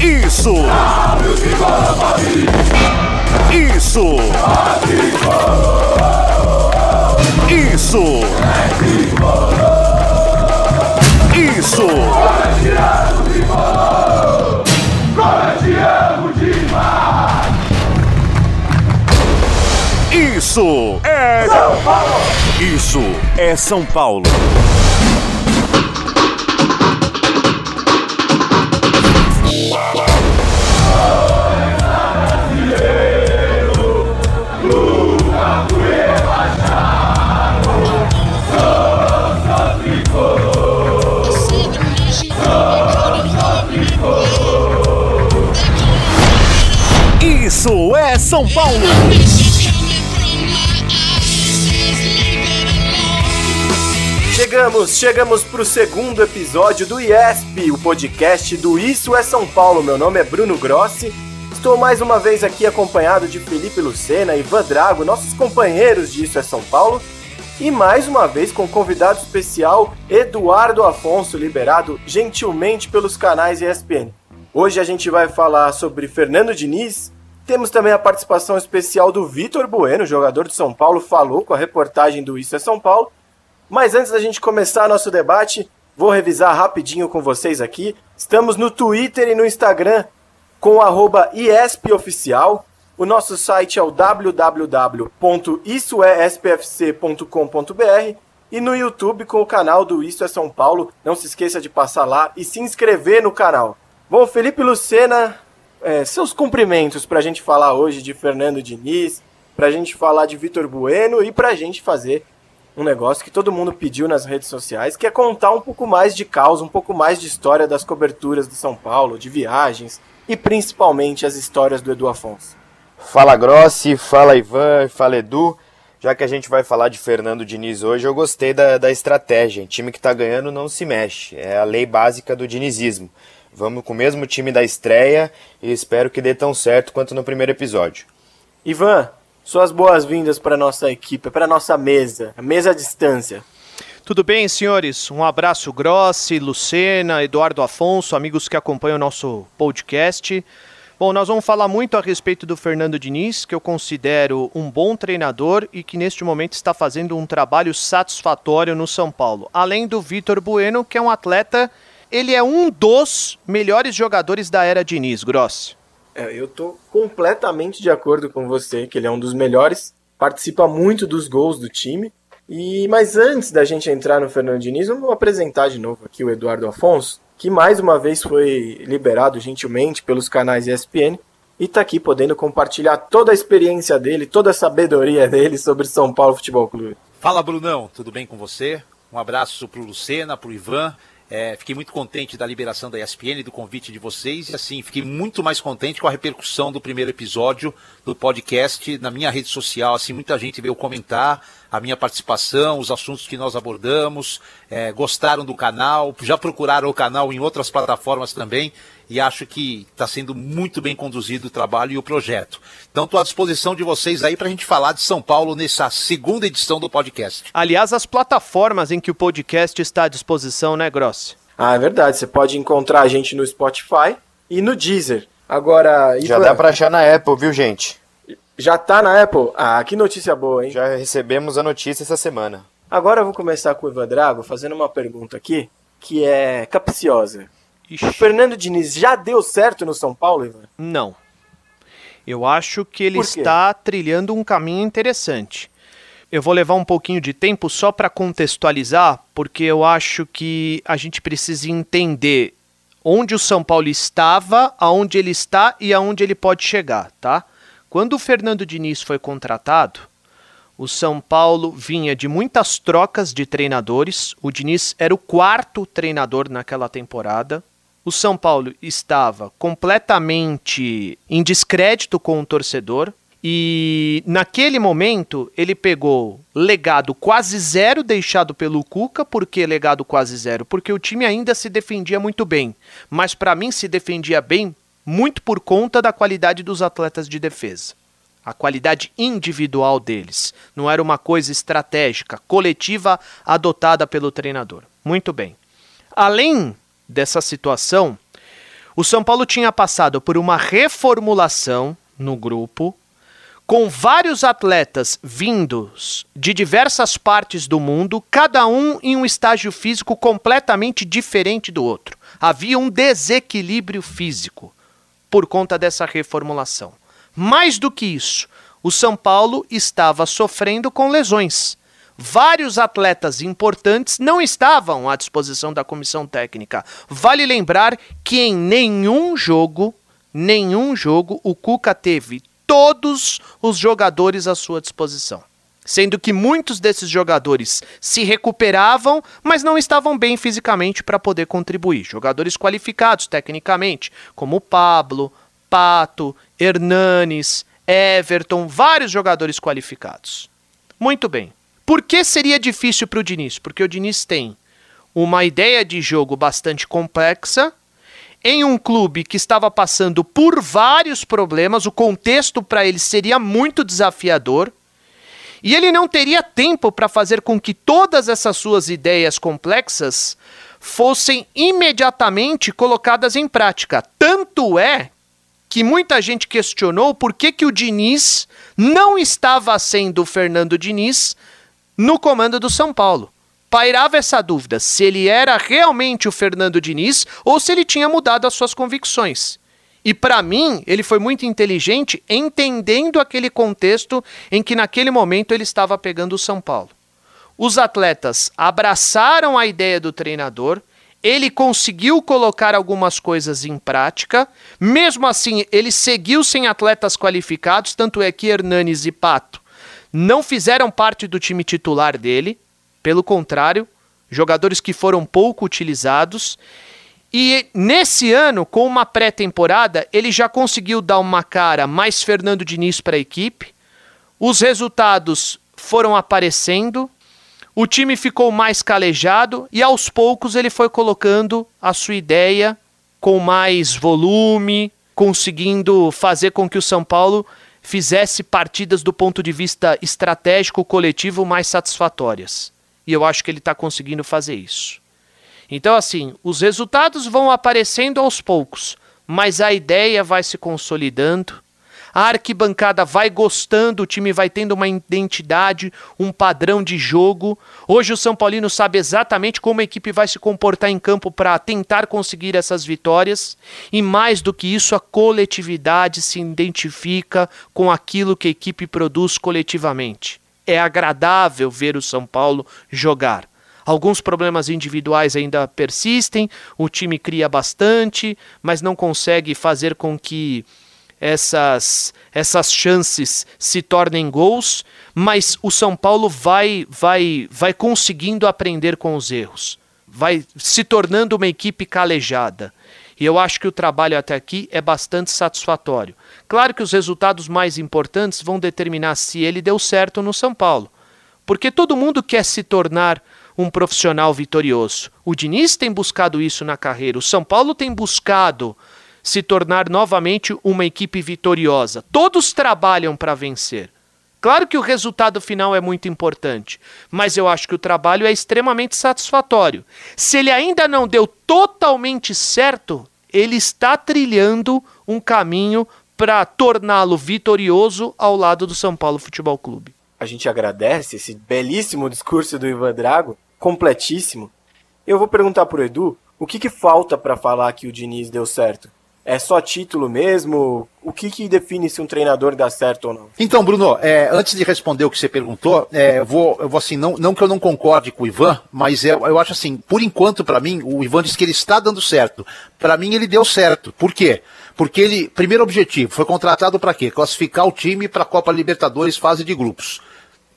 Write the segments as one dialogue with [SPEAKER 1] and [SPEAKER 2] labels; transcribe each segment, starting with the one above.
[SPEAKER 1] Isso! Isso! Isso! Isso! Isso é Isso é São Paulo. Isso é São Paulo.
[SPEAKER 2] Chegamos, chegamos pro segundo episódio do IESP, o podcast do Isso é São Paulo. Meu nome é Bruno Grossi. Estou mais uma vez aqui acompanhado de Felipe Lucena e Ivan Drago, nossos companheiros de Isso é São Paulo. E mais uma vez com um convidado especial Eduardo Afonso, liberado gentilmente pelos canais ESPN. Hoje a gente vai falar sobre Fernando Diniz. Temos também a participação especial do Vitor Bueno, jogador de São Paulo, falou com a reportagem do Isso é São Paulo. Mas antes da gente começar nosso debate, vou revisar rapidinho com vocês aqui. Estamos no Twitter e no Instagram com o arroba IESPOficial. O nosso site é o é www.issoespfc.com.br e no YouTube com o canal do Isso é São Paulo. Não se esqueça de passar lá e se inscrever no canal. Bom, Felipe Lucena, é, seus cumprimentos para a gente falar hoje de Fernando Diniz, para a gente falar de Vitor Bueno e para a gente fazer um negócio que todo mundo pediu nas redes sociais, que é contar um pouco mais de caos, um pouco mais de história das coberturas de São Paulo, de viagens e principalmente as histórias do Edu Afonso.
[SPEAKER 3] Fala Grossi, fala Ivan, fala Edu. Já que a gente vai falar de Fernando Diniz hoje, eu gostei da, da estratégia. Em time que está ganhando não se mexe. É a lei básica do dinizismo. Vamos com o mesmo time da estreia e espero que dê tão certo quanto no primeiro episódio.
[SPEAKER 2] Ivan, suas boas-vindas para nossa equipe, para nossa mesa, a mesa à distância.
[SPEAKER 4] Tudo bem, senhores? Um abraço Grossi, Lucena, Eduardo Afonso, amigos que acompanham o nosso podcast. Bom, nós vamos falar muito a respeito do Fernando Diniz, que eu considero um bom treinador e que neste momento está fazendo um trabalho satisfatório no São Paulo. Além do Vitor Bueno, que é um atleta, ele é um dos melhores jogadores da era Diniz, Grossi.
[SPEAKER 2] É, eu tô completamente de acordo com você, que ele é um dos melhores, participa muito dos gols do time. E mas antes da gente entrar no Fernando Diniz, vamos apresentar de novo aqui o Eduardo Afonso, que mais uma vez foi liberado gentilmente pelos canais ESPN e está aqui podendo compartilhar toda a experiência dele, toda a sabedoria dele sobre São Paulo Futebol Clube.
[SPEAKER 5] Fala Brunão, tudo bem com você? Um abraço pro Lucena, pro Ivan, é, fiquei muito contente da liberação da ESPN, do convite de vocês, e assim, fiquei muito mais contente com a repercussão do primeiro episódio do podcast na minha rede social. Assim, muita gente veio comentar a minha participação, os assuntos que nós abordamos, é, gostaram do canal, já procuraram o canal em outras plataformas também, e acho que está sendo muito bem conduzido o trabalho e o projeto. Então, estou à disposição de vocês aí para a gente falar de São Paulo nessa segunda edição do podcast.
[SPEAKER 4] Aliás, as plataformas em que o podcast está à disposição, né, Gross?
[SPEAKER 2] Ah, é verdade. Você pode encontrar a gente no Spotify e no Deezer. Agora.
[SPEAKER 3] Já Ivan, dá para achar na Apple, viu, gente?
[SPEAKER 2] Já tá na Apple? Ah, que notícia boa, hein?
[SPEAKER 3] Já recebemos a notícia essa semana.
[SPEAKER 2] Agora eu vou começar com o Ivan Drago fazendo uma pergunta aqui que é capciosa. O Fernando Diniz já deu certo no São Paulo, Ivan?
[SPEAKER 4] Não. Eu acho que ele está trilhando um caminho interessante. Eu vou levar um pouquinho de tempo só para contextualizar, porque eu acho que a gente precisa entender onde o São Paulo estava, aonde ele está e aonde ele pode chegar, tá? Quando o Fernando Diniz foi contratado, o São Paulo vinha de muitas trocas de treinadores. O Diniz era o quarto treinador naquela temporada. O São Paulo estava completamente em descrédito com o torcedor. E naquele momento ele pegou legado quase zero deixado pelo Cuca, porque legado quase zero, porque o time ainda se defendia muito bem, mas para mim se defendia bem muito por conta da qualidade dos atletas de defesa. A qualidade individual deles não era uma coisa estratégica, coletiva adotada pelo treinador. Muito bem. Além dessa situação, O São Paulo tinha passado por uma reformulação no grupo, com vários atletas vindos de diversas partes do mundo, cada um em um estágio físico completamente diferente do outro. Havia um desequilíbrio físico por conta dessa reformulação. Mais do que isso, o São Paulo estava sofrendo com lesões. Vários atletas importantes não estavam à disposição da comissão técnica. Vale lembrar que em nenhum jogo, nenhum jogo, o Cuca teve todos os jogadores à sua disposição. Sendo que muitos desses jogadores se recuperavam, mas não estavam bem fisicamente para poder contribuir. Jogadores qualificados tecnicamente, como Pablo, Pato, Hernanes, Everton, vários jogadores qualificados. Muito bem. Por que seria difícil para o Diniz? Porque o Diniz tem uma ideia de jogo bastante complexa em um clube que estava passando por vários problemas, o contexto para ele seria muito desafiador. E ele não teria tempo para fazer com que todas essas suas ideias complexas fossem imediatamente colocadas em prática. Tanto é que muita gente questionou por que, que o Diniz não estava sendo o Fernando Diniz no comando do São Paulo. Pairava essa dúvida se ele era realmente o Fernando Diniz ou se ele tinha mudado as suas convicções. E para mim, ele foi muito inteligente entendendo aquele contexto em que naquele momento ele estava pegando o São Paulo. Os atletas abraçaram a ideia do treinador, ele conseguiu colocar algumas coisas em prática. Mesmo assim, ele seguiu sem atletas qualificados, tanto é que Hernanes e Pato não fizeram parte do time titular dele. Pelo contrário, jogadores que foram pouco utilizados. E nesse ano, com uma pré-temporada, ele já conseguiu dar uma cara mais Fernando Diniz para a equipe. Os resultados foram aparecendo, o time ficou mais calejado e aos poucos ele foi colocando a sua ideia com mais volume, conseguindo fazer com que o São Paulo fizesse partidas do ponto de vista estratégico coletivo mais satisfatórias. E eu acho que ele está conseguindo fazer isso. Então, assim, os resultados vão aparecendo aos poucos, mas a ideia vai se consolidando a arquibancada vai gostando, o time vai tendo uma identidade, um padrão de jogo. Hoje o São Paulino sabe exatamente como a equipe vai se comportar em campo para tentar conseguir essas vitórias. E mais do que isso, a coletividade se identifica com aquilo que a equipe produz coletivamente. É agradável ver o São Paulo jogar. Alguns problemas individuais ainda persistem, o time cria bastante, mas não consegue fazer com que essas, essas chances se tornem gols, mas o São Paulo vai, vai, vai conseguindo aprender com os erros, vai se tornando uma equipe calejada. E eu acho que o trabalho até aqui é bastante satisfatório. Claro que os resultados mais importantes vão determinar se ele deu certo no São Paulo, porque todo mundo quer se tornar um profissional vitorioso. O Diniz tem buscado isso na carreira, o São Paulo tem buscado se tornar novamente uma equipe vitoriosa. Todos trabalham para vencer. Claro que o resultado final é muito importante, mas eu acho que o trabalho é extremamente satisfatório. Se ele ainda não deu totalmente certo, ele está trilhando um caminho para torná-lo vitorioso ao lado do São Paulo Futebol Clube.
[SPEAKER 2] A gente agradece esse belíssimo discurso do Ivan Drago, completíssimo. Eu vou perguntar pro Edu, o que, que falta para falar que o Diniz deu certo? É só título mesmo? O que, que define se um treinador dá certo ou não?
[SPEAKER 5] Então, Bruno, é, antes de responder o que você perguntou, é, eu, vou, eu vou assim, não, não que eu não concorde com o Ivan, mas eu, eu acho assim, por enquanto, para mim, o Ivan disse que ele está dando certo. Para mim, ele deu certo. Por quê? Porque ele, primeiro objetivo, foi contratado para quê? Classificar o time para a Copa Libertadores fase de grupos.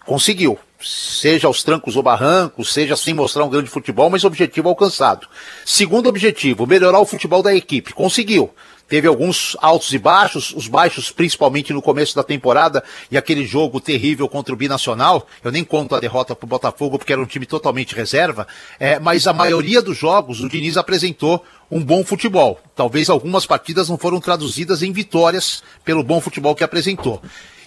[SPEAKER 5] Conseguiu seja aos trancos ou barrancos, seja sem mostrar um grande futebol, mas objetivo alcançado. Segundo objetivo, melhorar o futebol da equipe. Conseguiu. Teve alguns altos e baixos, os baixos principalmente no começo da temporada e aquele jogo terrível contra o Binacional. Eu nem conto a derrota para o Botafogo porque era um time totalmente reserva, é, mas a maioria dos jogos o Diniz apresentou um bom futebol. Talvez algumas partidas não foram traduzidas em vitórias pelo bom futebol que apresentou.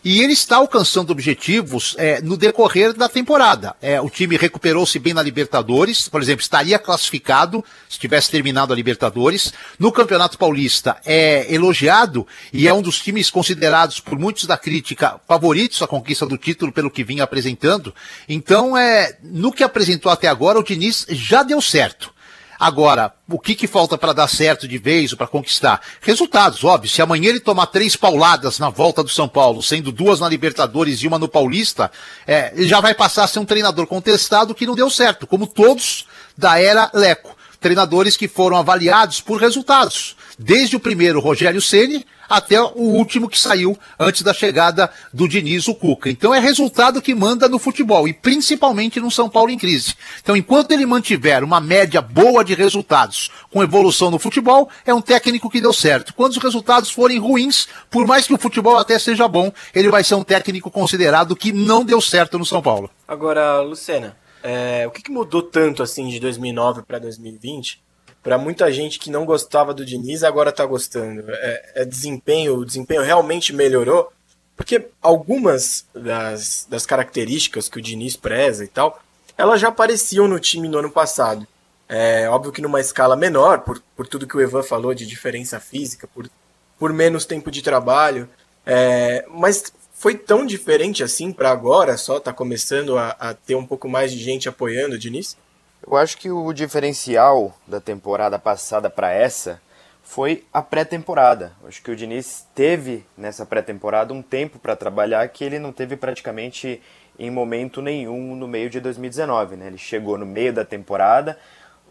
[SPEAKER 5] E ele está alcançando objetivos é, no decorrer da temporada. É, o time recuperou-se bem na Libertadores, por exemplo, estaria classificado se tivesse terminado a Libertadores. No Campeonato Paulista é elogiado e é um dos times considerados por muitos da crítica favoritos à conquista do título pelo que vinha apresentando. Então, é, no que apresentou até agora, o Diniz já deu certo. Agora, o que, que falta para dar certo de vez ou para conquistar? Resultados, óbvio. Se amanhã ele tomar três pauladas na volta do São Paulo, sendo duas na Libertadores e uma no Paulista, é, ele já vai passar a ser um treinador contestado que não deu certo, como todos da era Leco. Treinadores que foram avaliados por resultados. Desde o primeiro, Rogério Ceni, até o último que saiu antes da chegada do Diniz, o Cuca. Então é resultado que manda no futebol e principalmente no São Paulo em crise. Então, enquanto ele mantiver uma média boa de resultados com evolução no futebol, é um técnico que deu certo. Quando os resultados forem ruins, por mais que o futebol até seja bom, ele vai ser um técnico considerado que não deu certo no São Paulo.
[SPEAKER 2] Agora, Lucena, é, o que, que mudou tanto assim de 2009 para 2020? para muita gente que não gostava do Diniz agora está gostando. É, é, desempenho, o desempenho realmente melhorou, porque algumas das, das características que o Diniz preza e tal, elas já apareciam no time no ano passado. É óbvio que numa escala menor, por, por tudo que o Evan falou de diferença física, por, por menos tempo de trabalho, é, mas foi tão diferente assim para agora, só está começando a, a ter um pouco mais de gente apoiando o Diniz?
[SPEAKER 3] Eu acho que o diferencial da temporada passada para essa foi a pré-temporada. Acho que o Diniz teve nessa pré-temporada um tempo para trabalhar que ele não teve praticamente em momento nenhum no meio de 2019. Né? Ele chegou no meio da temporada,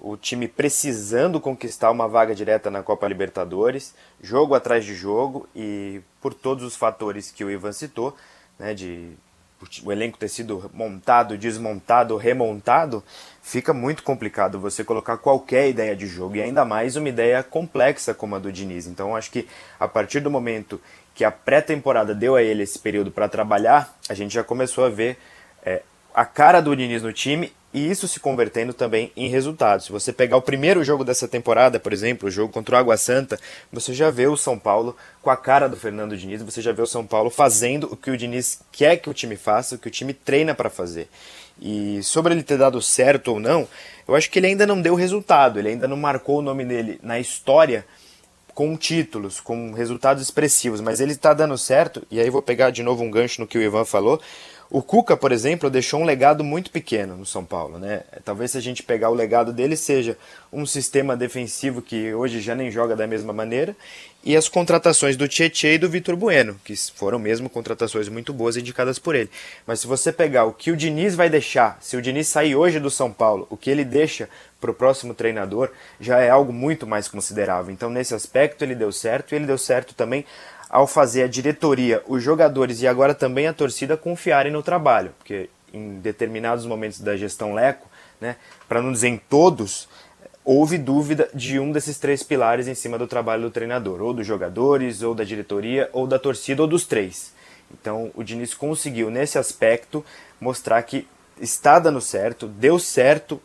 [SPEAKER 3] o time precisando conquistar uma vaga direta na Copa Libertadores, jogo atrás de jogo e por todos os fatores que o Ivan citou, né, de o elenco ter sido montado, desmontado, remontado, fica muito complicado você colocar qualquer ideia de jogo e ainda mais uma ideia complexa como a do Diniz. Então acho que a partir do momento que a pré-temporada deu a ele esse período para trabalhar, a gente já começou a ver é, a cara do Diniz no time e isso se convertendo também em resultados. Se você pegar o primeiro jogo dessa temporada, por exemplo, o jogo contra o Água Santa, você já vê o São Paulo com a cara do Fernando Diniz, você já vê o São Paulo fazendo o que o Diniz quer que o time faça, o que o time treina para fazer. E sobre ele ter dado certo ou não, eu acho que ele ainda não deu resultado, ele ainda não marcou o nome dele na história com títulos, com resultados expressivos, mas ele está dando certo, e aí vou pegar de novo um gancho no que o Ivan falou, o Cuca, por exemplo, deixou um legado muito pequeno no São Paulo, né? Talvez se a gente pegar o legado dele seja um sistema defensivo que hoje já nem joga da mesma maneira e as contratações do Tietchan e do Vitor Bueno, que foram mesmo contratações muito boas indicadas por ele. Mas se você pegar o que o Diniz vai deixar, se o Diniz sair hoje do São Paulo, o que ele deixa para o próximo treinador já é algo muito mais considerável. Então, nesse aspecto, ele deu certo e ele deu certo também ao fazer a diretoria, os jogadores e agora também a torcida confiarem no trabalho, porque em determinados momentos da gestão Leco, né, para não dizer em todos, houve dúvida de um desses três pilares em cima do trabalho do treinador, ou dos jogadores, ou da diretoria, ou da torcida, ou dos três. Então o Diniz conseguiu, nesse aspecto, mostrar que está dando certo, deu certo,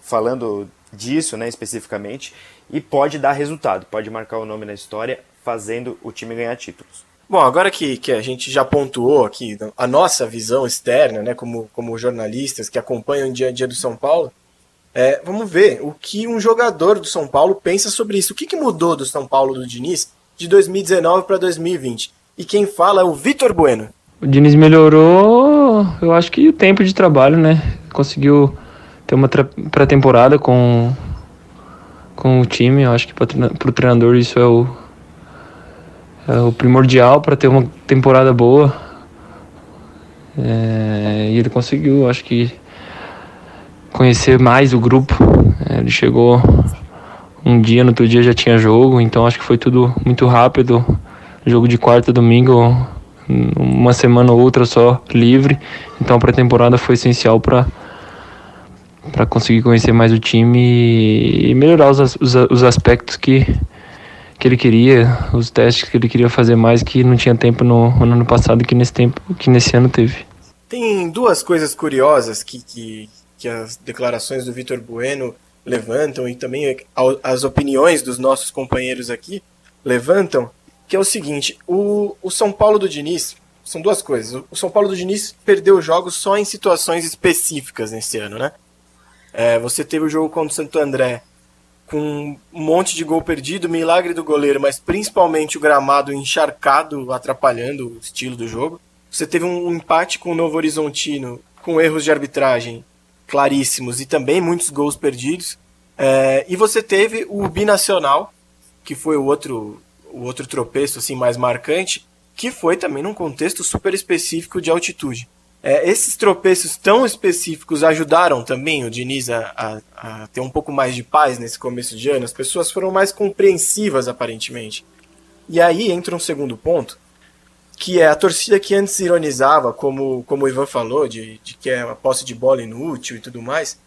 [SPEAKER 3] falando disso né, especificamente, e pode dar resultado, pode marcar o nome na história fazendo o time ganhar títulos.
[SPEAKER 2] Bom, agora que, que a gente já pontuou aqui então, a nossa visão externa, né, como, como jornalistas que acompanham o dia a dia do São Paulo, é, vamos ver o que um jogador do São Paulo pensa sobre isso. O que, que mudou do São Paulo do Diniz de 2019 para 2020? E quem fala é o Vitor Bueno.
[SPEAKER 6] O Diniz melhorou, eu acho que o tempo de trabalho, né? Conseguiu ter uma pré-temporada com, com o time. Eu acho que para o treinador isso é o, é o primordial para ter uma temporada boa. É, e ele conseguiu, acho que, conhecer mais o grupo. É, ele chegou um dia, no outro dia já tinha jogo, então acho que foi tudo muito rápido. Jogo de quarta, domingo, uma semana ou outra só livre. Então a pré-temporada foi essencial para para conseguir conhecer mais o time e melhorar os, os, os aspectos que, que ele queria, os testes que ele queria fazer mais que não tinha tempo no, no, ano passado que nesse tempo que nesse ano teve.
[SPEAKER 2] Tem duas coisas curiosas que, que, que as declarações do Vitor Bueno levantam e também as opiniões dos nossos companheiros aqui levantam, que é o seguinte, o, o São Paulo do Diniz, são duas coisas. O São Paulo do Diniz perdeu jogos só em situações específicas nesse ano, né? É, você teve o jogo contra o Santo André com um monte de gol perdido, milagre do goleiro, mas principalmente o gramado encharcado atrapalhando o estilo do jogo. Você teve um empate com o Novo Horizontino com erros de arbitragem claríssimos e também muitos gols perdidos. É, e você teve o binacional, que foi o outro, o outro tropeço assim mais marcante, que foi também num contexto super específico de altitude. É, esses tropeços tão específicos ajudaram também o Diniz a, a, a, ter um pouco mais de paz nesse começo de ano. As pessoas foram mais compreensivas, aparentemente. E aí entra um segundo ponto, que é a torcida que antes ironizava, como, como o Ivan falou, de, de que é uma posse de bola inútil e tudo mais.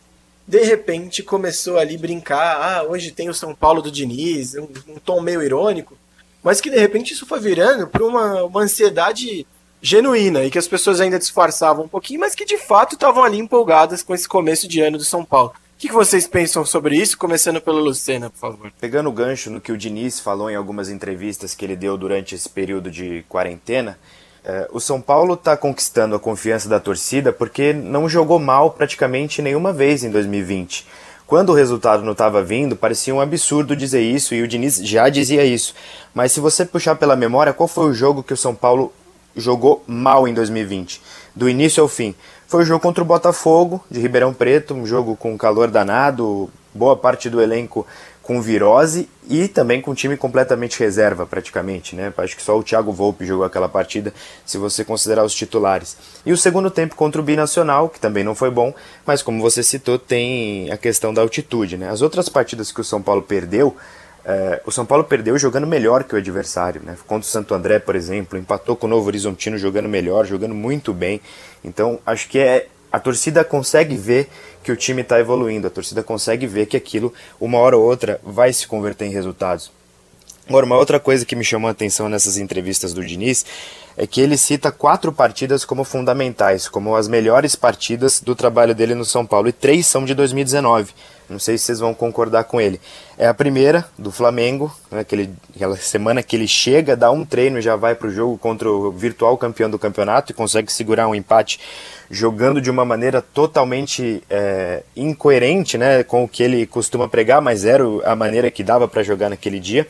[SPEAKER 2] De repente começou ali brincar, ah, hoje tem o São Paulo do Diniz, um, um tom meio irônico, mas que de repente isso foi virando para uma, uma ansiedade genuína e que as pessoas ainda disfarçavam um pouquinho, mas que de fato estavam ali empolgadas com esse começo de ano do São Paulo. O que, vocês pensam sobre isso? Começando pelo Lucena, por favor.
[SPEAKER 3] Pegando o gancho no que o Diniz falou em algumas entrevistas que ele deu durante esse período de quarentena, eh, o São Paulo está conquistando a confiança da torcida porque não jogou mal praticamente nenhuma vez em 2020. Quando o resultado não estava vindo, parecia um absurdo dizer isso e o Diniz já dizia isso. Mas se você puxar pela memória, qual foi o jogo que o São Paulo jogou mal em 2020, do início ao fim. Foi o jogo contra o Botafogo de Ribeirão Preto, um jogo com calor danado, boa parte do elenco com virose e também com um time completamente reserva, praticamente, né? Acho que só o Thiago Volpe jogou aquela partida, se você considerar os titulares. E o segundo tempo contra o Binacional, que também não foi bom, mas como você citou, tem a questão da altitude, né? As outras partidas que o São Paulo perdeu, é, o São Paulo perdeu jogando melhor que o adversário, né? Contra o Santo André, por exemplo, empatou com o Novo Horizontino jogando melhor, jogando muito bem. Então, acho que é a torcida consegue ver que o time está evoluindo, a torcida consegue ver que aquilo, uma hora ou outra, vai se converter em resultados. Agora, uma outra coisa que me chamou a atenção nessas entrevistas do Diniz é que ele cita quatro partidas como fundamentais, como as melhores partidas do trabalho dele no São Paulo, e três são de 2019. Não sei se vocês vão concordar com ele. É a primeira, do Flamengo, né, aquele, aquela semana que ele chega, dá um treino e já vai para o jogo contra o virtual campeão do campeonato e consegue segurar um empate jogando de uma maneira totalmente é, incoerente né, com o que ele costuma pregar, mas era a maneira que dava para jogar naquele dia.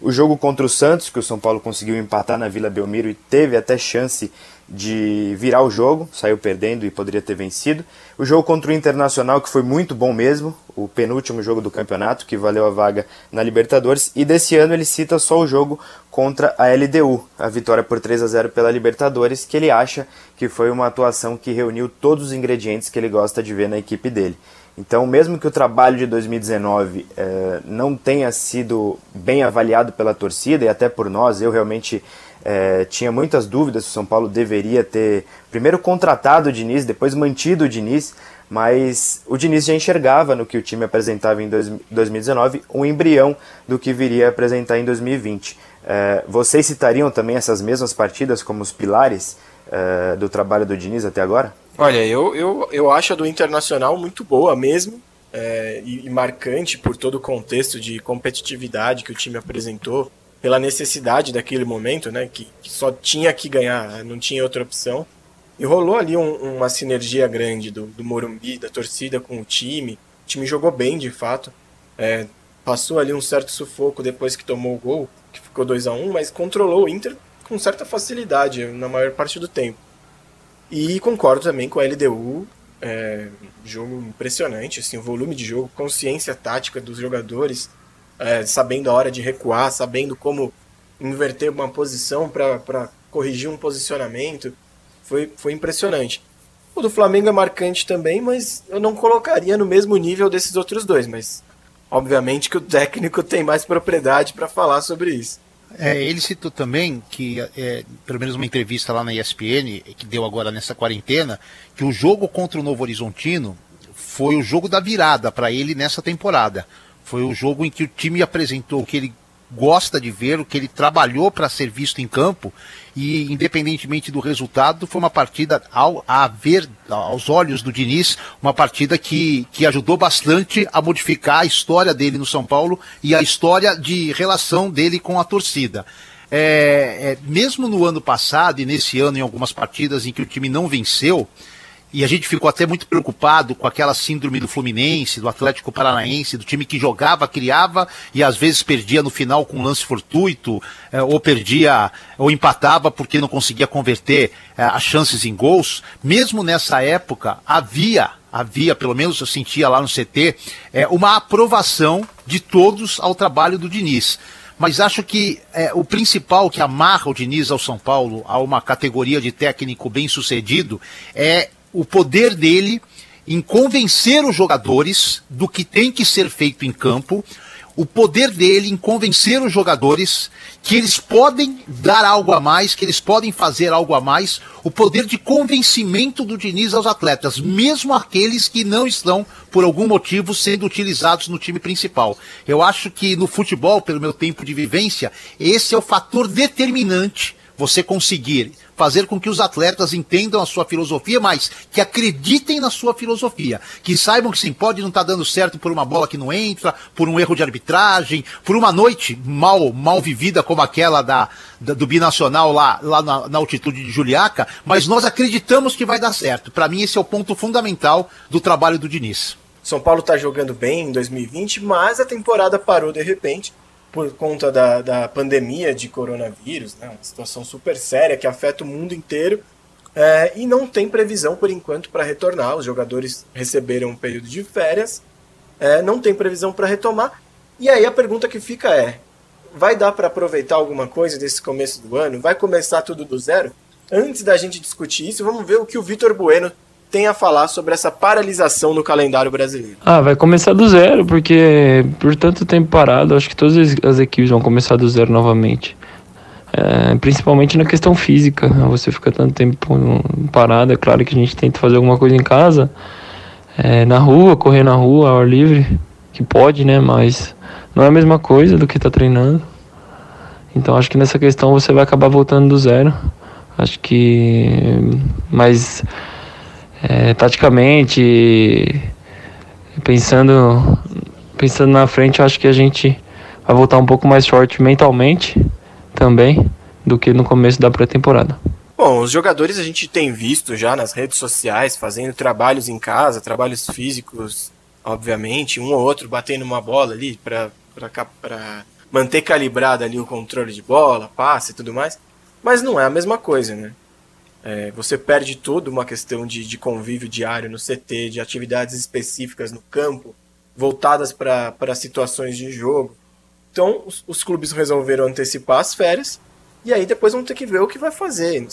[SPEAKER 3] O jogo contra o Santos, que o São Paulo conseguiu empatar na Vila Belmiro e teve até chance de virar o jogo, saiu perdendo e poderia ter vencido. O jogo contra o Internacional, que foi muito bom mesmo, o penúltimo jogo do campeonato, que valeu a vaga na Libertadores. E desse ano ele cita só o jogo contra a LDU, a vitória por 3 a 0 pela Libertadores, que ele acha que foi uma atuação que reuniu todos os ingredientes que ele gosta de ver na equipe dele. Então, mesmo que o trabalho de 2019 eh, não tenha sido bem avaliado pela torcida e até por nós, eu realmente eh, tinha muitas dúvidas se o São Paulo deveria ter primeiro contratado o Diniz, depois mantido o Diniz, mas o Diniz já enxergava no que o time apresentava em dois, 2019 um embrião do que viria a apresentar em 2020. Eh, vocês citariam também essas mesmas partidas como os pilares eh, do trabalho do Diniz até agora?
[SPEAKER 2] Olha, eu, eu, eu acho a do Internacional muito boa mesmo, é, e, e, marcante por todo o contexto de competitividade que o time apresentou, pela necessidade daquele momento, né, que, que só tinha que ganhar, não tinha outra opção. E rolou ali um, uma sinergia grande do, do Morumbi, da torcida com o time. O time jogou bem, de fato. É, passou ali um certo sufoco depois que tomou o gol, que ficou 2 a 1 um, mas controlou o Inter com certa facilidade na maior parte do tempo. E concordo também com a LDU. É, jogo impressionante, assim, o volume de jogo, consciência tática dos jogadores, é, sabendo a hora de recuar, sabendo como inverter uma posição para corrigir um posicionamento, foi, foi impressionante. O do Flamengo é marcante também, mas eu não colocaria no mesmo nível desses outros dois, mas obviamente que o técnico tem mais propriedade para falar sobre isso.
[SPEAKER 5] É, ele citou também que, é, pelo menos uma entrevista lá na ESPN, que deu agora nessa quarentena, que o jogo contra o Novo Horizontino foi o jogo da virada para ele nessa temporada. Foi o jogo em que o time apresentou o que ele gosta de ver, o que ele trabalhou para ser visto em campo, e independentemente do resultado, foi uma partida ao, a ver, aos olhos do Diniz, uma partida que, que ajudou bastante a modificar a história dele no São Paulo e a história de relação dele com a torcida. é, é, mesmo no ano passado e nesse ano, em algumas partidas em que o time não venceu, e a gente ficou até muito preocupado com aquela síndrome do Fluminense, do Atlético Paranaense, do time que jogava, criava e às vezes perdia no final com um lance fortuito, eh, ou perdia, ou empatava porque não conseguia converter eh, as chances em gols. Mesmo nessa época, havia, havia, pelo menos eu sentia lá no CT, eh, uma aprovação de todos ao trabalho do Diniz mas acho que é, o principal que amarra o Diniz ao São Paulo, a uma categoria de técnico bem sucedido, é o poder dele em convencer os jogadores do que tem que ser feito em campo, o poder dele em convencer os jogadores que eles podem dar algo a mais, que eles podem fazer algo a mais, o poder de convencimento do Diniz aos atletas, mesmo aqueles que não estão, por algum motivo, sendo utilizados no time principal. Eu acho que no futebol, pelo meu tempo de vivência, esse é o fator determinante você conseguir fazer com que os atletas entendam a sua filosofia, mas que acreditem na sua filosofia, que saibam que sim, pode não estar tá dando certo por uma bola que não entra, por um erro de arbitragem, por uma noite mal mal vivida como aquela da, da do binacional lá lá na, na, altitude de Juliaca, mas nós acreditamos que vai dar certo. Para mim esse é o ponto fundamental do trabalho do Diniz.
[SPEAKER 2] São Paulo está jogando bem em 2020, mas a temporada parou de repente por conta da, da pandemia de coronavírus, né? uma situação super séria que afeta o mundo inteiro, é, e não tem previsão por enquanto para retornar. Os jogadores receberam um período de férias, é, não tem previsão para retomar. E aí a pergunta que fica é: vai dar para aproveitar alguma coisa desse começo do ano? Vai começar tudo do zero? Antes da gente discutir isso, vamos ver o que o Vitor Bueno tem a falar sobre essa paralisação no calendário brasileiro?
[SPEAKER 6] Ah, vai começar do zero, porque por tanto tempo parado, acho que todas as equipes vão começar do zero novamente. É, principalmente na questão física, né? você fica tanto tempo parado, é claro que a gente tenta fazer alguma coisa em casa, é, na rua, correr na rua, ao ar livre, que pode, né? Mas não é a mesma coisa do que está treinando. Então acho que nessa questão você vai acabar voltando do zero. Acho que. Mas é, taticamente, pensando, pensando na frente, acho que a gente vai voltar um pouco mais forte mentalmente também do que no começo da pré-temporada.
[SPEAKER 2] Bom, os jogadores a gente tem visto já nas redes sociais fazendo trabalhos em casa, trabalhos físicos, obviamente, um ou outro batendo uma bola ali para manter calibrado ali o controle de bola, passe e tudo mais, mas não é a mesma coisa, né? É, você perde toda uma questão de, de, convívio diário no CT, de atividades específicas no campo, voltadas para situações de jogo. Então, os, os, clubes resolveram antecipar as férias e aí depois vão ter que ver o que vai fazer,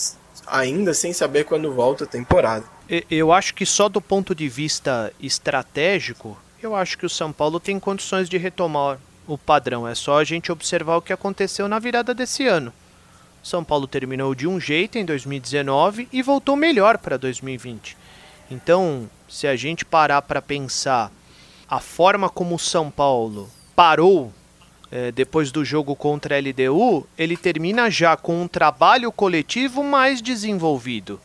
[SPEAKER 2] ainda sem saber quando volta a temporada.
[SPEAKER 4] Eu acho que só do ponto de vista estratégico, eu acho que o São Paulo tem condições de retomar o padrão. É só a gente observar o que aconteceu na virada desse ano. São Paulo terminou de um jeito em 2019 e voltou melhor para 2020. Então, se a gente parar para pensar a forma como o São Paulo parou é, depois do jogo contra a LDU, ele termina já com um trabalho coletivo mais desenvolvido.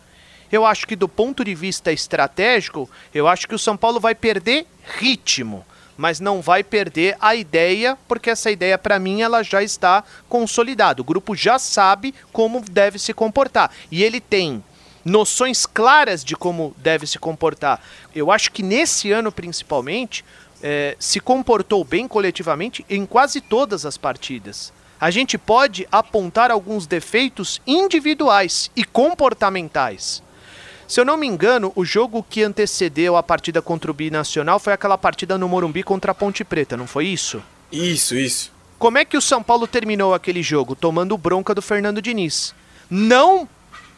[SPEAKER 4] Eu acho que do ponto de vista estratégico, eu acho que o São Paulo vai perder ritmo mas não vai perder a ideia, porque essa ideia para mim ela já está consolidada. O grupo já sabe como deve se comportar e ele tem noções claras de como deve se comportar. Eu acho que nesse ano principalmente é, se comportou bem coletivamente em quase todas as partidas. A gente pode apontar alguns defeitos individuais e comportamentais. Se eu não me engano, o jogo que antecedeu a partida contra o Binacional foi aquela partida no Morumbi contra a Ponte Preta, não foi isso?
[SPEAKER 2] Isso, isso.
[SPEAKER 4] Como é que o São Paulo terminou aquele jogo? Tomando bronca do Fernando Diniz. Não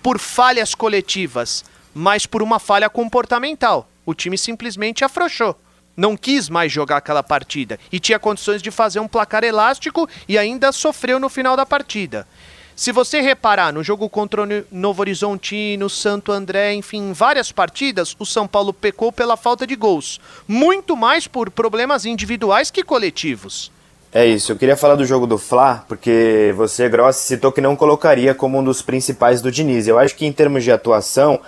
[SPEAKER 4] por falhas coletivas, mas por uma falha comportamental. O time simplesmente afrouxou. Não quis mais jogar aquela partida e tinha condições de fazer um placar elástico e ainda sofreu no final da partida. Se você reparar no jogo contra o Novo Horizontino, Santo André, enfim, em várias partidas, o São Paulo pecou pela falta de gols, muito mais por problemas individuais que coletivos.
[SPEAKER 3] É isso, eu queria falar do jogo do Fla, porque você, Grossi, citou que não colocaria como um dos principais do Diniz. Eu acho que em termos de atuação,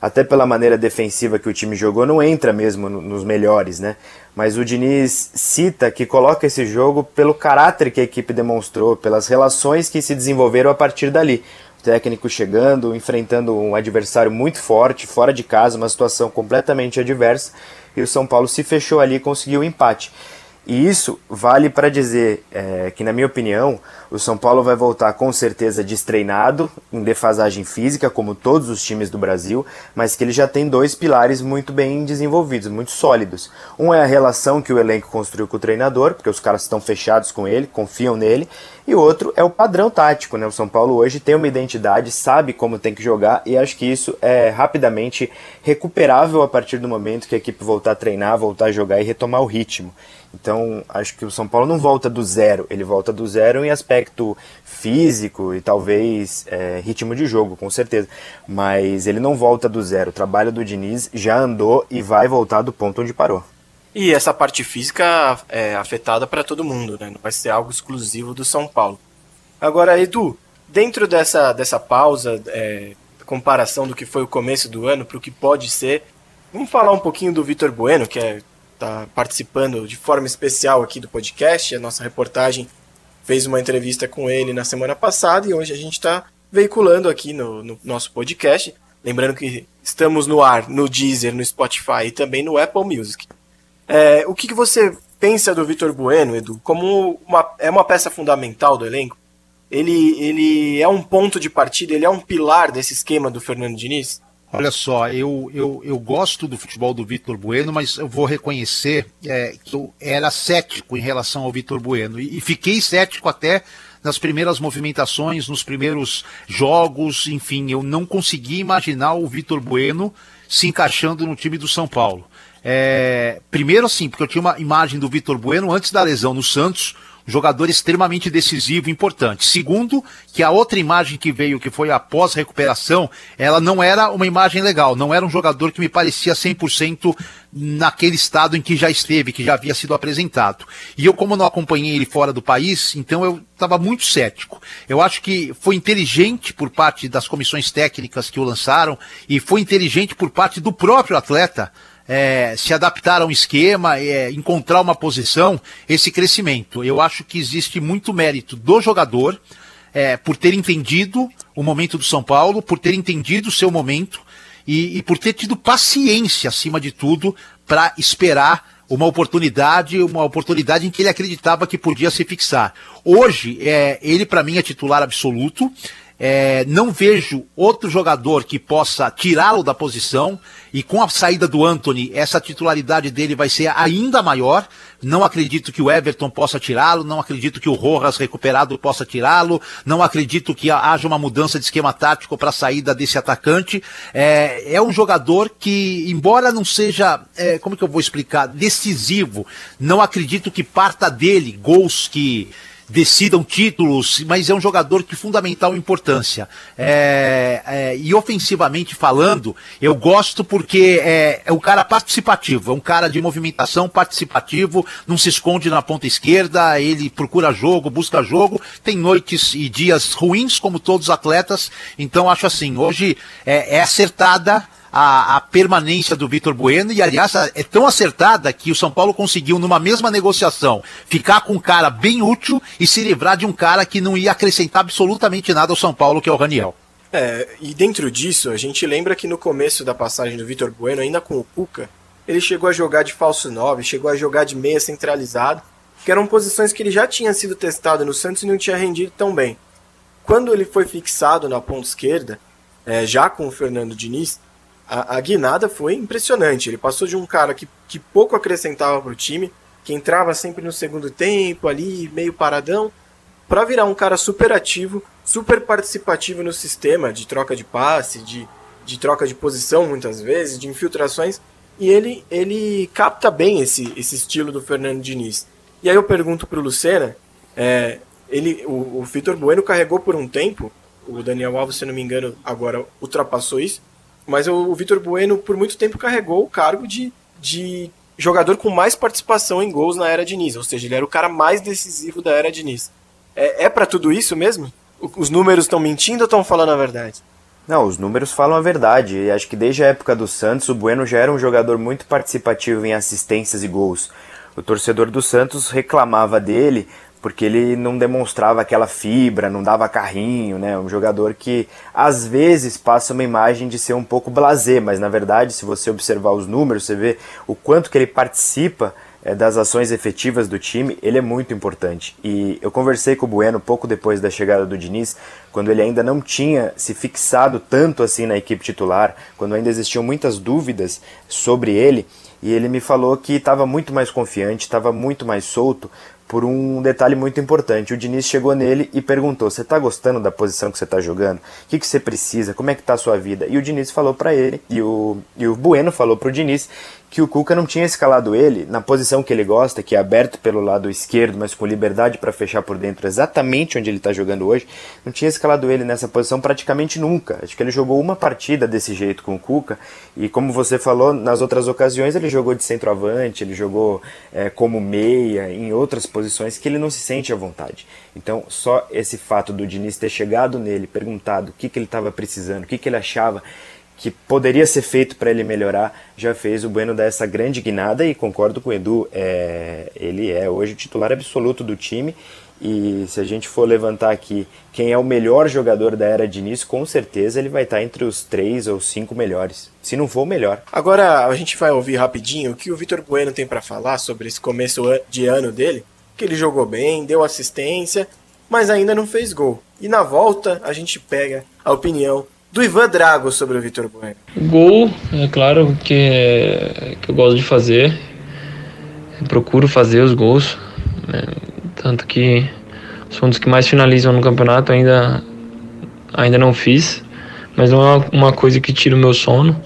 [SPEAKER 3] até pela maneira defensiva que o time jogou, não entra mesmo nos melhores, né? Mas o Diniz cita que coloca esse jogo pelo caráter que a equipe demonstrou, pelas relações que se desenvolveram a partir dali. O técnico chegando, enfrentando um adversário muito forte, fora de casa, uma situação completamente adversa, e o São Paulo se fechou ali e conseguiu o um empate. E isso vale para dizer é, que, na minha opinião, o São Paulo vai voltar com certeza destreinado, em defasagem física, como todos os times do Brasil, mas que ele já tem dois pilares muito bem desenvolvidos, muito sólidos. Um é a relação que o elenco construiu com o treinador, porque os caras estão fechados com ele, confiam nele, e o outro é o padrão tático. Né? O São Paulo hoje tem uma identidade, sabe como tem que jogar, e acho que isso é rapidamente recuperável a partir do momento que a equipe voltar a treinar, voltar a jogar e retomar o ritmo. Então, acho que o São Paulo não volta do zero, ele volta do zero em aspecto físico e talvez é, ritmo de jogo, com certeza. Mas ele não volta do zero. O trabalho do Diniz já andou e vai voltar do ponto onde parou.
[SPEAKER 2] E essa parte física é afetada para todo mundo, né? Não vai ser algo exclusivo do São Paulo. Agora, Edu, dentro dessa, dessa pausa, é, comparação do que foi o começo do ano para o que pode ser, vamos falar um pouquinho do Vitor Bueno, que é está participando de forma especial aqui do podcast. A nossa reportagem fez uma entrevista com ele na semana passada e hoje a gente está veiculando aqui no, no, nosso podcast. Lembrando que estamos no ar, no Deezer, no Spotify e também no Apple Music. É, o que, que, você pensa do Vitor Bueno, Edu? Como uma, é uma peça fundamental do elenco? Ele, ele é um ponto de partida, ele é um pilar desse esquema do Fernando Diniz?
[SPEAKER 5] Olha só, eu, eu, eu gosto do futebol do Vitor Bueno, mas eu vou reconhecer é, que eu era cético em relação ao Vitor Bueno. E, e, fiquei cético até nas primeiras movimentações, nos primeiros jogos, enfim, eu não consegui imaginar o Vitor Bueno se encaixando no time do São Paulo. É, primeiro, assim, porque eu tinha uma imagem do Vitor Bueno antes da lesão no Santos, um jogador extremamente decisivo, importante. Segundo, que a outra imagem que veio, que foi após recuperação, ela não era uma imagem legal, não era um jogador que me parecia 100% naquele estado em que já esteve, que já havia sido apresentado. E eu, como não acompanhei ele fora do país, então eu estava muito cético. Eu acho que foi inteligente por parte das comissões técnicas que o lançaram e foi inteligente por parte do próprio atleta é, se adaptar a um esquema, é, encontrar uma posição, esse crescimento. Eu acho que existe muito mérito do jogador é, por ter entendido o momento do São Paulo, por ter entendido o seu momento e, e por ter tido paciência, acima de tudo, para esperar uma oportunidade, uma oportunidade em que ele acreditava que podia se fixar. Hoje, ele para mim é titular absoluto. É, não vejo outro jogador que possa tirá-lo da posição e com a saída do Anthony, essa titularidade dele vai ser ainda maior. Não acredito que o Everton possa tirá-lo, não acredito que o Rojas recuperado possa tirá-lo, não acredito que haja uma mudança de esquema tático para a saída desse atacante. É, é, um jogador que, embora não seja, é, como que eu vou explicar, decisivo, não acredito que parta dele gols que decidam títulos, mas é um jogador de fundamental importância. É, é, e ofensivamente falando, eu gosto porque é, é um cara participativo, é um cara de movimentação participativo, não se esconde na ponta esquerda, ele procura jogo, busca jogo, tem noites e dias ruins, como todos os atletas, então acho assim, hoje é, é acertada. A, a, permanência do Vitor Bueno e, aliás, é tão acertada que o São Paulo conseguiu, numa mesma negociação, ficar com um cara bem útil e se livrar de um cara que não ia acrescentar absolutamente nada ao São Paulo, que é o Raniel.
[SPEAKER 2] É, e dentro disso, a gente lembra que no começo da passagem do Vitor Bueno, ainda com o Cuca, ele chegou a jogar de falso 9, chegou a jogar de meia centralizado, que eram posições que ele já tinha sido testado no Santos e não tinha rendido tão bem. Quando ele foi fixado na ponta esquerda, é, já com o Fernando Diniz, a, guinada foi impressionante. Ele passou de um cara que, que pouco acrescentava para o time, que entrava sempre no segundo tempo ali, meio paradão, para virar um cara super ativo, super participativo no sistema, de troca de passe, de, de troca de posição muitas vezes, de infiltrações. E ele, ele capta bem esse, esse estilo do Fernando Diniz. E aí eu pergunto para o Lucena, é, ele, o, o Vitor Bueno carregou por um tempo, o Daniel Alves, se não me engano, agora ultrapassou isso, mas o, Vitor Bueno por muito tempo carregou o cargo de, de jogador com mais participação em gols na era Diniz, ou seja, ele era o cara mais decisivo da era Diniz. É, é para tudo isso mesmo? Os números estão mentindo ou estão falando a verdade?
[SPEAKER 3] Não, os números falam a verdade. E Acho que desde a época do Santos, o Bueno já era um jogador muito participativo em assistências e gols. O torcedor do Santos reclamava dele porque ele não demonstrava aquela fibra, não dava carrinho, né? Um jogador que às vezes passa uma imagem de ser um pouco blasé, mas na verdade, se você observar os números, você vê o quanto que ele participa eh, das ações efetivas do time, ele é muito importante. E eu conversei com o Bueno pouco depois da chegada do Diniz, quando ele ainda não tinha se fixado tanto assim na equipe titular, quando ainda existiam muitas dúvidas sobre ele, e ele me falou que estava muito mais confiante, estava muito mais solto, por um detalhe muito importante. O Diniz chegou nele e perguntou: "Você está gostando da posição que você está jogando? O que, que você precisa? Como é que está a sua vida?" E o Diniz falou para ele e o e o Bueno falou para o Diniz que o Cuca não tinha escalado ele na posição que ele gosta, que é aberto pelo lado esquerdo, mas com liberdade para fechar por dentro, exatamente onde ele está jogando hoje. Não tinha escalado ele nessa posição praticamente nunca. Acho que ele jogou uma partida desse jeito com o Cuca e como você falou, nas outras ocasiões ele jogou de centroavante, ele jogou eh, como meia, em outras posições que ele não se sente à vontade. Então, só esse fato do Diniz ter chegado nele, perguntado o que, que ele estava precisando, o que, que ele achava que poderia ser feito para ele melhorar, já fez o Bueno dar essa grande guinada e concordo com o Edu, é, ele é hoje o titular absoluto do time e se a gente for levantar aqui quem é o melhor jogador da era Diniz, com certeza ele vai estar entre os três ou cinco melhores, se não for o melhor.
[SPEAKER 2] Agora a gente vai ouvir rapidinho o que o Vitor Bueno tem pra falar sobre esse começo an- de ano dele, que ele jogou bem, deu assistência, mas ainda não fez gol. E na volta a gente pega a opinião do Ivan Drago sobre o Vitor Bueno.
[SPEAKER 6] Gol, é claro que, é, que eu gosto de fazer. Eu procuro fazer os gols. né? Tanto que sou um dos que mais finalizam no campeonato, ainda, ainda não fiz. Mas não é uma- uma coisa que tira o meu sono.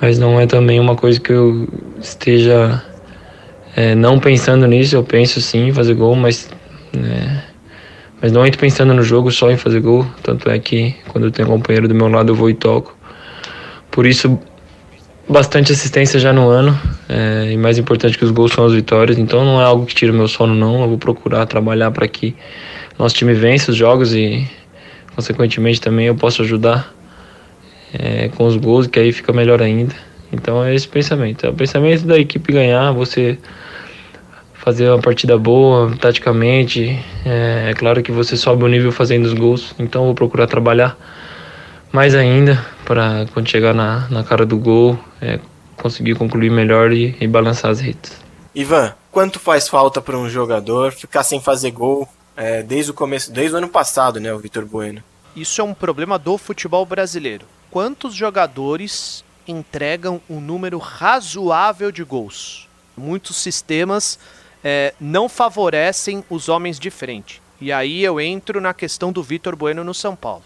[SPEAKER 6] Mas não é também uma coisa que eu esteja é, não pensando nisso. Eu penso sim em fazer gol, mas. né, mas não entro pensando no jogo só em fazer gol. Tanto é que quando eu tenho um companheiro do meu lado eu vou e toco. Por isso, bastante assistência já no ano. é, e mais importante que os gols são as vitórias. Então não é algo que tira o meu sono, não. Eu vou procurar trabalhar para que nosso time vença os jogos e, consequentemente, também eu possa ajudar é, com os gols, que aí fica melhor ainda. Então é esse o pensamento. É o pensamento da equipe ganhar, você fazer uma partida boa, taticamente. É, é claro que você sobe o nível fazendo os gols. Então eu vou procurar trabalhar mais ainda para quando chegar na, na cara do gol é, conseguir concluir melhor e, e balançar as redes.
[SPEAKER 2] Ivan, quanto faz falta pra um jogador ficar sem fazer gol é, desde o começo, desde o ano passado, né, o Vitor Bueno?
[SPEAKER 4] Isso é um problema do futebol brasileiro. Quantos jogadores entregam um número razoável de gols? Muitos sistemas eh, não favorecem os homens de frente. E aí eu entro na questão do Vitor Bueno no São Paulo.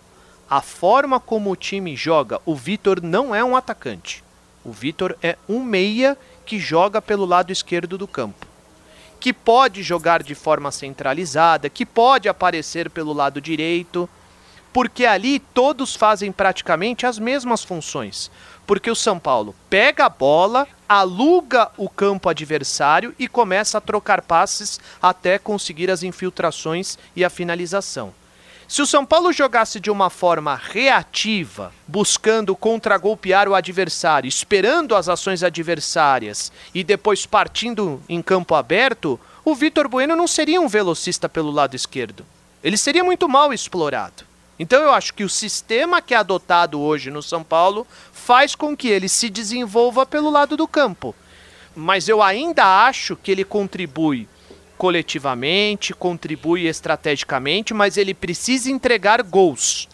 [SPEAKER 4] A forma como o time joga, o Vitor não é um atacante. O Vitor é um meia que joga pelo lado esquerdo do campo que pode jogar de forma centralizada, que pode aparecer pelo lado direito, porque ali todos fazem praticamente as mesmas funções. Porque o São Paulo pega a bola, aluga o campo adversário e começa a trocar passes até conseguir as infiltrações e a finalização. Se o São Paulo jogasse de uma forma reativa, buscando contragolpear o adversário, esperando as ações adversárias e depois partindo em campo aberto, o Vitor Bueno não seria um velocista pelo lado esquerdo. Ele seria muito mal explorado. Então eu acho que o sistema que é adotado hoje no São Paulo faz com que ele se desenvolva pelo lado do campo. Mas eu ainda acho que ele contribui coletivamente, contribui estrategicamente, mas ele precisa entregar gols.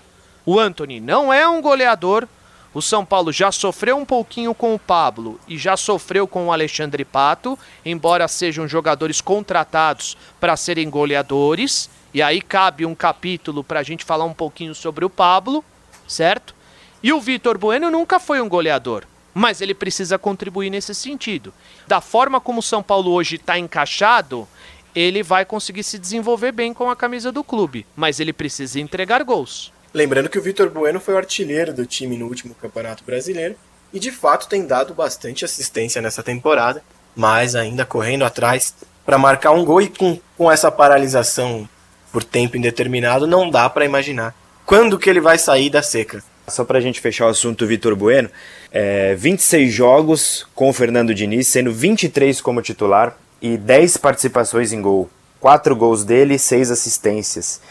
[SPEAKER 4] O Anthony não é um goleador. O São Paulo já sofreu um pouquinho com o Pablo e já sofreu com o Alexandre Pato, embora sejam jogadores contratados para serem goleadores. E aí cabe um capítulo para a gente falar um pouquinho sobre o Pablo, certo? E o Vitor Bueno nunca foi um goleador, mas ele precisa contribuir nesse sentido. Da forma como o São Paulo hoje está encaixado, ele vai conseguir se desenvolver bem com a camisa do clube, mas ele precisa entregar gols.
[SPEAKER 2] Lembrando que o Vitor Bueno foi o artilheiro do time no último Campeonato Brasileiro e de fato tem dado bastante assistência nessa temporada, mas ainda correndo atrás para marcar um gol e com, com essa paralisação por tempo indeterminado não dá para imaginar quando que ele vai sair da seca.
[SPEAKER 3] Só para a gente fechar o assunto, Vitor Bueno, é, 26 jogos com o Fernando Diniz, sendo 23 como titular e 10 participações em gol. 4 gols dele e 6 assistências.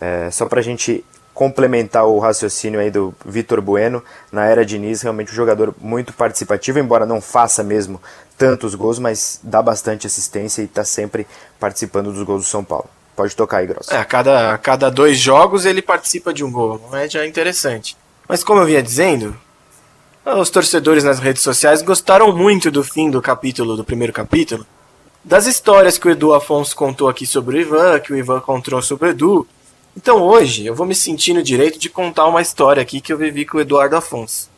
[SPEAKER 3] É, só para a gente complementar o raciocínio aí do Vitor Bueno, na era Diniz, realmente um jogador muito participativo, embora não faça mesmo tantos gols, mas dá bastante assistência e está sempre participando dos gols do São Paulo. Pode tocar aí, Grosso.
[SPEAKER 2] É, a cada, a cada dois jogos ele participa de um gol, uma média interessante. Mas como eu vinha dizendo, os torcedores nas redes sociais gostaram muito do fim do capítulo, do primeiro capítulo, das histórias que o Edu Afonso contou aqui sobre o Ivan, que o Ivan contou sobre o Edu. Então hoje eu vou me sentir no direito de contar uma história aqui que eu vivi com o Eduardo Afonso.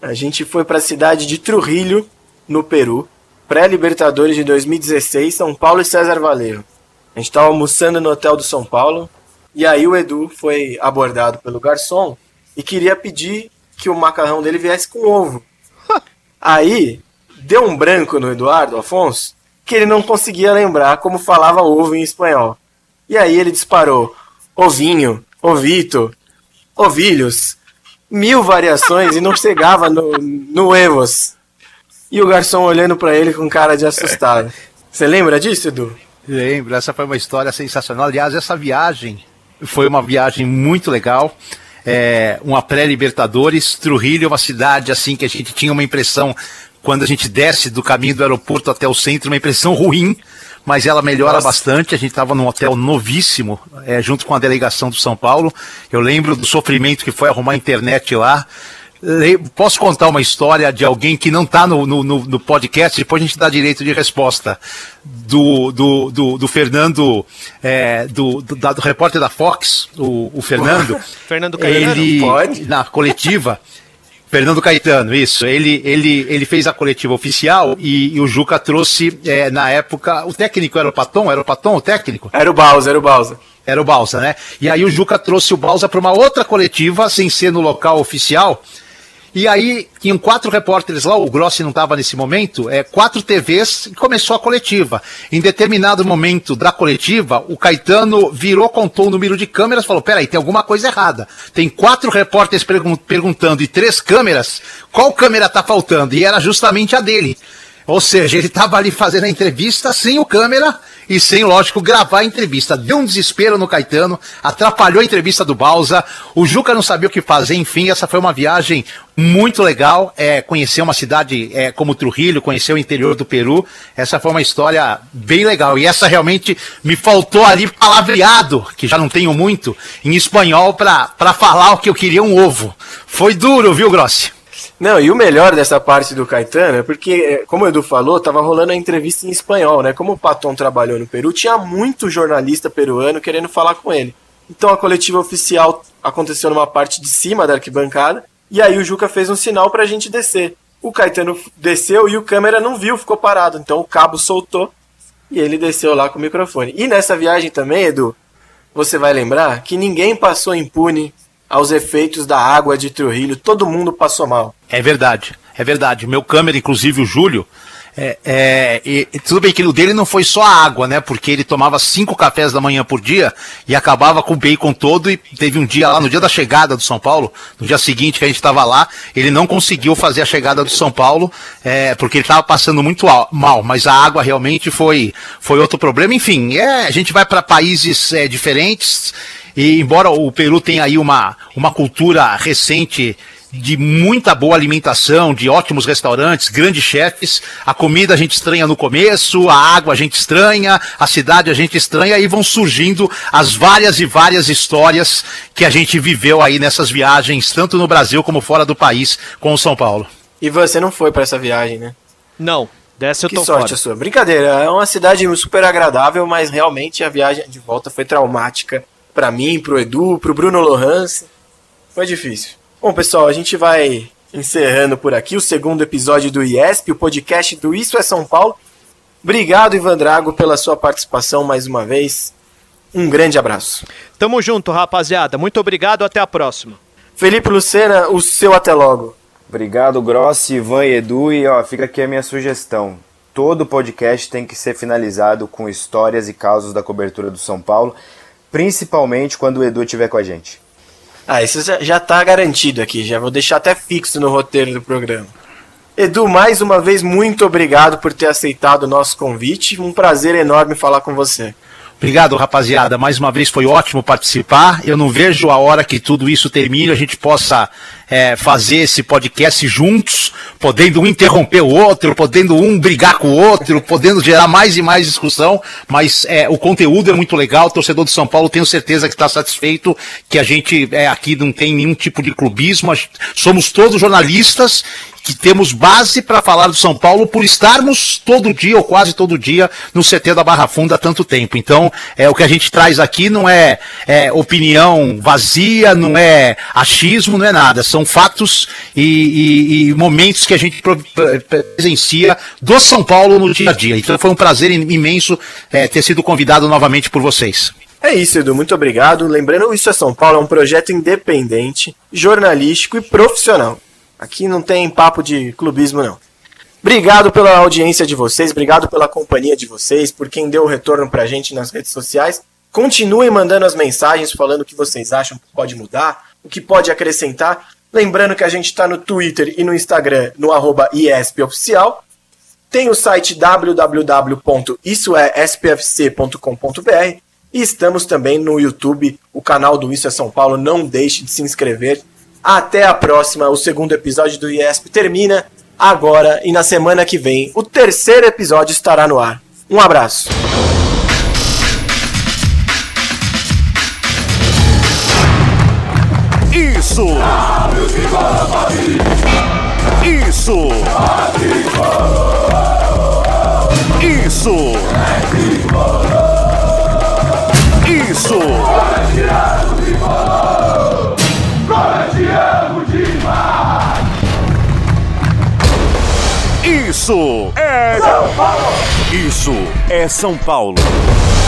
[SPEAKER 2] A gente foi para a cidade de Trujillo, no Peru, pré-Libertadores de 2016, São Paulo e César Valeiro. A gente estava almoçando no hotel do São Paulo e aí o Edu foi abordado pelo garçom e queria pedir que o macarrão dele viesse com ovo. aí deu um branco no Eduardo Afonso que ele não conseguia lembrar como falava ovo em espanhol. E aí ele disparou: ovinho, ovito, ovilhos, mil variações e não chegava no, no Evos. E o garçom olhando para ele com cara de assustado. Você lembra disso, Edu?
[SPEAKER 5] Lembro, essa foi uma história sensacional. Aliás, essa viagem foi uma viagem muito legal. É, uma pré-Libertadores, Trujillo é uma cidade assim que a gente tinha uma impressão quando a gente desce do caminho do aeroporto até o centro, uma impressão ruim, mas ela melhora Nossa. bastante. A gente estava num hotel novíssimo, é, junto com a delegação do São Paulo. Eu lembro do sofrimento que foi arrumar a internet lá. Eh, Posso contar uma história de alguém que não está no, no, no, podcast, depois a gente dá direito de resposta. Do, do, do, do Fernando, é, do, do, da, do, repórter da Fox, o, o Fernando.
[SPEAKER 4] Fernando Caetano,
[SPEAKER 5] ele, pode? Na coletiva. Fernando Caetano, isso. Ele, ele, ele fez a coletiva oficial e, e o Juca trouxe, é, na época, o técnico era o Paton? Era o Paton o técnico?
[SPEAKER 2] Era o Bausa, era o Bausa.
[SPEAKER 5] Era o Bausa, né? E aí o Juca trouxe o Bausa para uma outra coletiva, sem ser no local oficial. E aí tinham quatro repórteres lá, o Grossi não estava nesse momento, é, quatro TVs e começou a coletiva. Em determinado momento da coletiva, o Caetano virou, contou o número de câmeras, falou: peraí, tem alguma coisa errada. Tem quatro repórteres pergun perguntando e três câmeras, qual câmera está faltando? E era justamente a dele. Ou seja, ele estava ali fazendo a entrevista sem o câmera e sem, lógico, gravar a entrevista. Deu um desespero no Caetano, atrapalhou a entrevista do Balsa, o Juca não sabia o que fazer, enfim, essa foi uma viagem muito legal, é, conhecer uma cidade é, como Trujillo, conhecer o interior do Peru, essa foi uma história bem legal, e essa realmente me faltou ali palavreado, que já não tenho muito, em espanhol para falar o que eu queria, um ovo. Foi duro, viu, Grossi?
[SPEAKER 2] Não, e o melhor dessa parte do Caetano é porque, como o Edu falou, tava rolando a entrevista em espanhol, né? Como o Paton trabalhou no Peru, tinha muito jornalista peruano querendo falar com ele. Então a coletiva oficial aconteceu numa parte de cima da arquibancada, e aí o Juca fez um sinal pra gente descer. O Caetano desceu e o câmera não viu, ficou parado. Então o cabo soltou e ele desceu lá com o microfone. E nessa viagem também, Edu, você vai lembrar que ninguém passou impune aos efeitos da água de Trujillo. Todo mundo passou mal.
[SPEAKER 5] É verdade, é verdade. Meu câmera, inclusive o Júlio, é, é, e, tudo bem que o dele não foi só a água, né? Porque ele tomava cinco cafés da manhã por dia e acabava com o bacon todo. E teve um dia lá, no dia da chegada do São Paulo, no dia seguinte que a gente estava lá, ele não conseguiu fazer a chegada do São Paulo, é, porque ele estava passando muito mal. Mas a água realmente foi, foi outro problema. Enfim, é, a gente vai para países é, diferentes. E embora o Peru tenha aí uma, uma cultura recente de muita boa alimentação, de ótimos restaurantes, grandes chefes. A comida a gente estranha no começo, a água a gente estranha, a cidade a gente estranha e vão surgindo as várias e várias histórias que a gente viveu aí nessas viagens, tanto no Brasil como fora do país, com o São Paulo.
[SPEAKER 2] E você não foi para essa viagem, né?
[SPEAKER 4] Não. Dessa eu
[SPEAKER 2] que
[SPEAKER 4] tô
[SPEAKER 2] sorte
[SPEAKER 4] fora.
[SPEAKER 2] a sua. Brincadeira, é uma cidade super agradável, mas realmente a viagem de volta foi traumática para mim, pro Edu, pro Bruno Lohans. Foi difícil. Bom, pessoal, a gente vai encerrando por aqui o segundo episódio do IESP, o podcast do Isso é São Paulo. Obrigado, Ivan Drago, pela sua participação mais uma vez. Um grande abraço.
[SPEAKER 4] Tamo junto, rapaziada. Muito obrigado, até a próxima.
[SPEAKER 2] Felipe Lucena, o seu até logo.
[SPEAKER 3] Obrigado, Grossi, Ivan e Edu. E ó, fica aqui a minha sugestão. Todo podcast tem que ser finalizado com histórias e casos da cobertura do São Paulo, principalmente quando o Edu estiver com a gente.
[SPEAKER 2] Ah, isso já- já tá garantido aqui, já vou deixar até fixo no roteiro do programa. Edu, mais uma vez, muito obrigado por ter aceitado o nosso convite. Um prazer enorme falar com você.
[SPEAKER 5] Obrigado, rapaziada. Mais uma vez foi ótimo participar. Eu não vejo a hora que tudo isso termine, a gente possa é, fazer esse podcast juntos, podendo um interromper o outro, podendo um brigar com o outro, podendo gerar mais e mais discussão. Mas é, o conteúdo é muito legal. O torcedor do São Paulo tenho certeza que está satisfeito, que a gente é, aqui não tem nenhum tipo de clubismo. A gente- Somos todos jornalistas que temos base para falar do São Paulo por estarmos todo dia ou quase todo dia no CT da Barra Funda há tanto tempo. Então, é o que a gente traz aqui não é, é, opinião vazia, não é achismo, não é nada. São fatos e, e- e momentos que a gente pro- pre- presencia do São Paulo no dia a dia. Então, foi um prazer im- imenso é, ter sido convidado novamente por vocês.
[SPEAKER 2] É isso, Edu, muito obrigado. Lembrando, o Isso é São Paulo é um projeto independente, jornalístico e profissional. Aqui não tem papo de clubismo, não. Obrigado pela audiência de vocês, obrigado pela companhia de vocês, por quem deu o retorno pra gente nas redes sociais. Continuem mandando as mensagens falando o que vocês acham que pode mudar, o que pode acrescentar. Lembrando que a gente está no Twitter e no Instagram, no arroba IESPOficial. Tem o site é www.issoespfc.com.br e estamos também no YouTube, o canal do Isso é São Paulo. Não deixe de se inscrever. Até a próxima. O segundo episódio do IESP termina agora e na semana que vem o terceiro episódio estará no ar. Um abraço.
[SPEAKER 1] Isso! Isso! Isso! Isso! Isso é São Paulo! Isso é São Paulo!